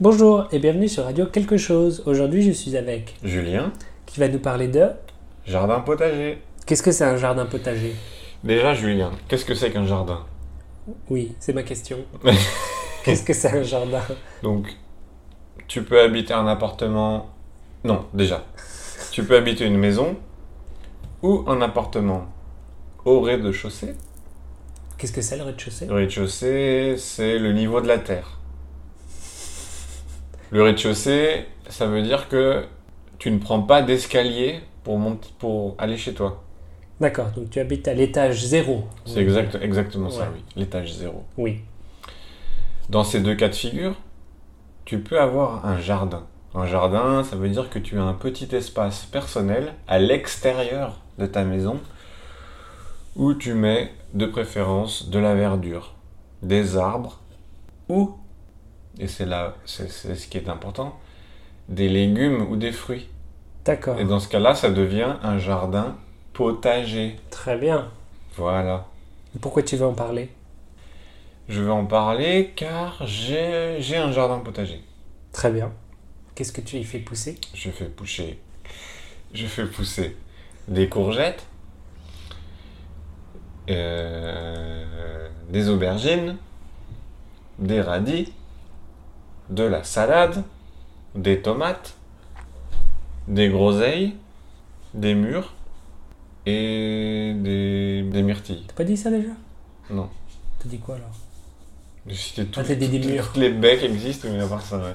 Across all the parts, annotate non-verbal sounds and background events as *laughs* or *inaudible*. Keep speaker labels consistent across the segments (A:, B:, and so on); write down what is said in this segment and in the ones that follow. A: Bonjour et bienvenue sur Radio Quelque chose. Aujourd'hui, je suis avec
B: Julien,
A: qui va nous parler de
B: jardin potager.
A: qu'est-ce que c'est un jardin potager
B: Déjà, Julien, qu'est-ce que c'est qu'un jardin
A: Oui, c'est ma
B: *laughs*
A: question. qu'est-ce que c'est un jardin
B: Donc, tu peux habiter un appartement. Non, déjà. Tu peux habiter une maison ou un appartement au rez-de-chaussée.
A: Qu'est-ce que c'est le rez-de-chaussée
B: Le rez-de-chaussée, c'est le niveau de la terre. Le rez-de-chaussée, ça veut dire que tu ne prends pas d'escalier pour, monter, pour aller chez toi.
A: D'accord, donc tu habites à l'étage zéro.
B: C'est exact, exactement ça,
A: Ouais.
B: oui. L'étage zéro.
A: Oui.
B: Dans ces deux cas de figure, tu peux avoir un jardin. Un jardin, ça veut dire que tu as un petit espace personnel à l'extérieur de ta maison où tu mets de préférence de la verdure, des arbres ou, et c'est là, c'est c'est ce qui est important, des légumes ou des fruits.
A: D'accord.
B: Et dans ce cas-là, ça devient un jardin potager.
A: Très bien.
B: Voilà.
A: Pourquoi tu veux en parler
B: Je vais en parler car j'ai j'ai un jardin potager.
A: Très bien. Qu'est-ce que tu y fais pousser
B: Je fais pousser. Je fais pousser des courgettes, euh, des aubergines, des radis, de la salade, des tomates, des groseilles, des mûres et des, des myrtilles.
A: T'as pas dit ça déjà
B: Non.
A: T'as dit quoi alors
B: J'ai cité tout-
A: Ah, t'as dit des
B: tout-
A: mûres.
B: toutes les becs existent, mais à part ça, ouais.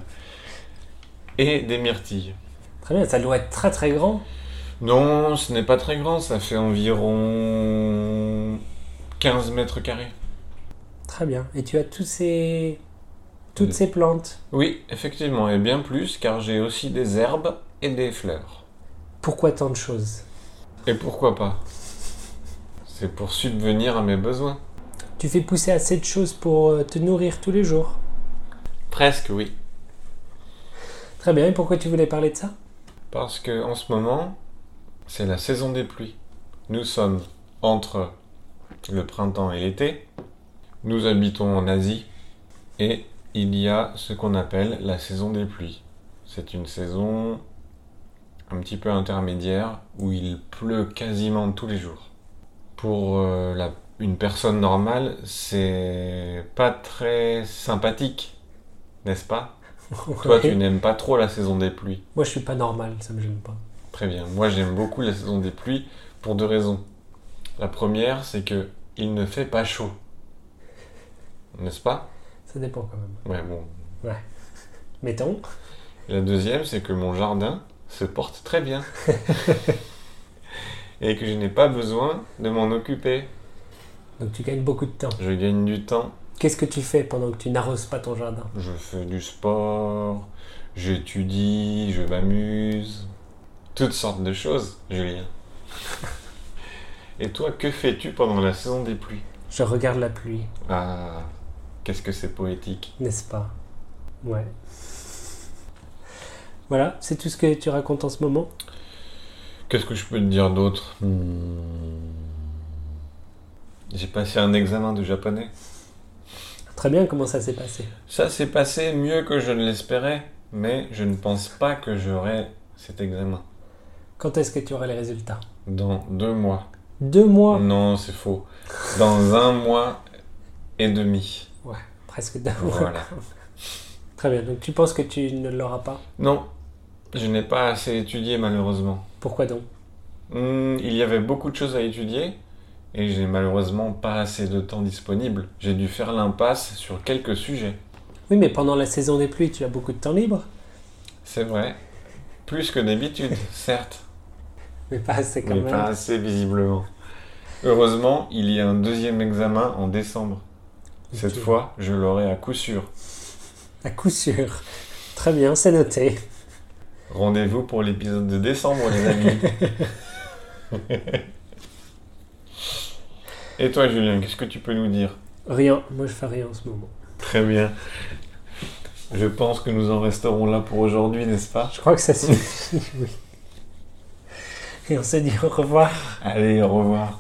B: Et des myrtilles.
A: Très bien, ça doit être très très grand.
B: Non, ce n'est pas très grand, ça fait environ 15 mètres carrés.
A: Très bien. Et tu as tous ces... toutes
B: De-
A: ces plantes.
B: Oui, effectivement, et bien plus, car j'ai aussi des herbes et des fleurs.
A: Pourquoi tant de choses
B: Et pourquoi pas C'est pour subvenir à mes besoins.
A: Tu fais pousser assez de choses pour euh, te nourrir tous les jours.
B: Presque, oui.
A: Très bien, et pourquoi tu voulais parler de ça
B: Parce que en ce moment, c'est la saison des pluies. Nous sommes entre le printemps et l'été. Nous habitons en Asie et il y a ce qu'on appelle la saison des pluies. C'est une saison un petit peu intermédiaire où il pleut quasiment tous les jours. Pour euh, la- une personne normale, c'est pas très sympathique, n'est-ce pas Toi, tu n'aimes pas trop la saison des pluies.
A: Moi, je suis pas normal, ça me gêne pas.
B: Très bien. Moi, j'aime beaucoup la saison des pluies pour deux raisons. La première, c'est que il ne fait pas chaud. N'est-ce pas
A: Ça dépend quand même.
B: Ouais, bon.
A: Mettons.
B: La deuxième, c'est que mon jardin se porte très bien. Et que je n'ai pas besoin de m'en occuper.
A: Donc, tu gagnes beaucoup de temps.
B: Je gagne du temps.
A: Qu'est-ce que tu fais pendant que tu n'arroses pas ton jardin
B: Je fais du sport, j'étudie, je m'amuse. Toutes sortes de choses, Julien. Et toi, que fais-tu pendant la saison des pluies
A: Je regarde la pluie,
B: Ah, qu'est-ce que c'est poétique.
A: n'est-ce pas Ouais. Voilà, c'est tout ce que tu racontes en ce moment.
B: Qu'est-ce que je peux te dire d'autre Hmm. J'ai passé un examen de japonais.
A: Très bien, comment ça s'est passé
B: Ça s'est passé mieux que je ne l'espérais, mais je ne pense pas que j'aurai cet examen
A: Quand est-ce que tu auras les résultats
B: dans deux mois.
A: Deux mois
B: Non, c'est faux. Dans un mois et demi.
A: Presque deux mois.
B: Voilà.
A: Très bien, donc tu penses que tu ne l'auras pas
B: Non, je n'ai pas assez étudié malheureusement.
A: Pourquoi donc
B: Hmm, il y avait beaucoup de choses à étudier et j'ai malheureusement pas assez de temps disponible. J'ai dû faire l'impasse sur quelques sujets.
A: Oui, mais pendant la saison des pluies, tu as beaucoup de temps libre,
B: C'est vrai. Plus que d'habitude, *laughs* certes,
A: mais pas assez quand
B: mais
A: même.
B: pas assez visiblement. Heureusement, il y a un deuxième examen en décembre. Cette
A: Ok.
B: fois, je l'aurai à coup sûr.
A: À coup sûr. Très bien, c'est noté.
B: Rendez-vous pour l'épisode de décembre, les amis.
A: *laughs*
B: Et toi, Julien, qu'est-ce que tu peux nous dire
A: Rien, moi je fais rien en ce moment.
B: Très bien. Je pense que nous en resterons là pour aujourd'hui, n'est-ce pas
A: Je crois que *laughs* ça suffit, oui. Et on se dit au revoir.
B: Allez, au revoir.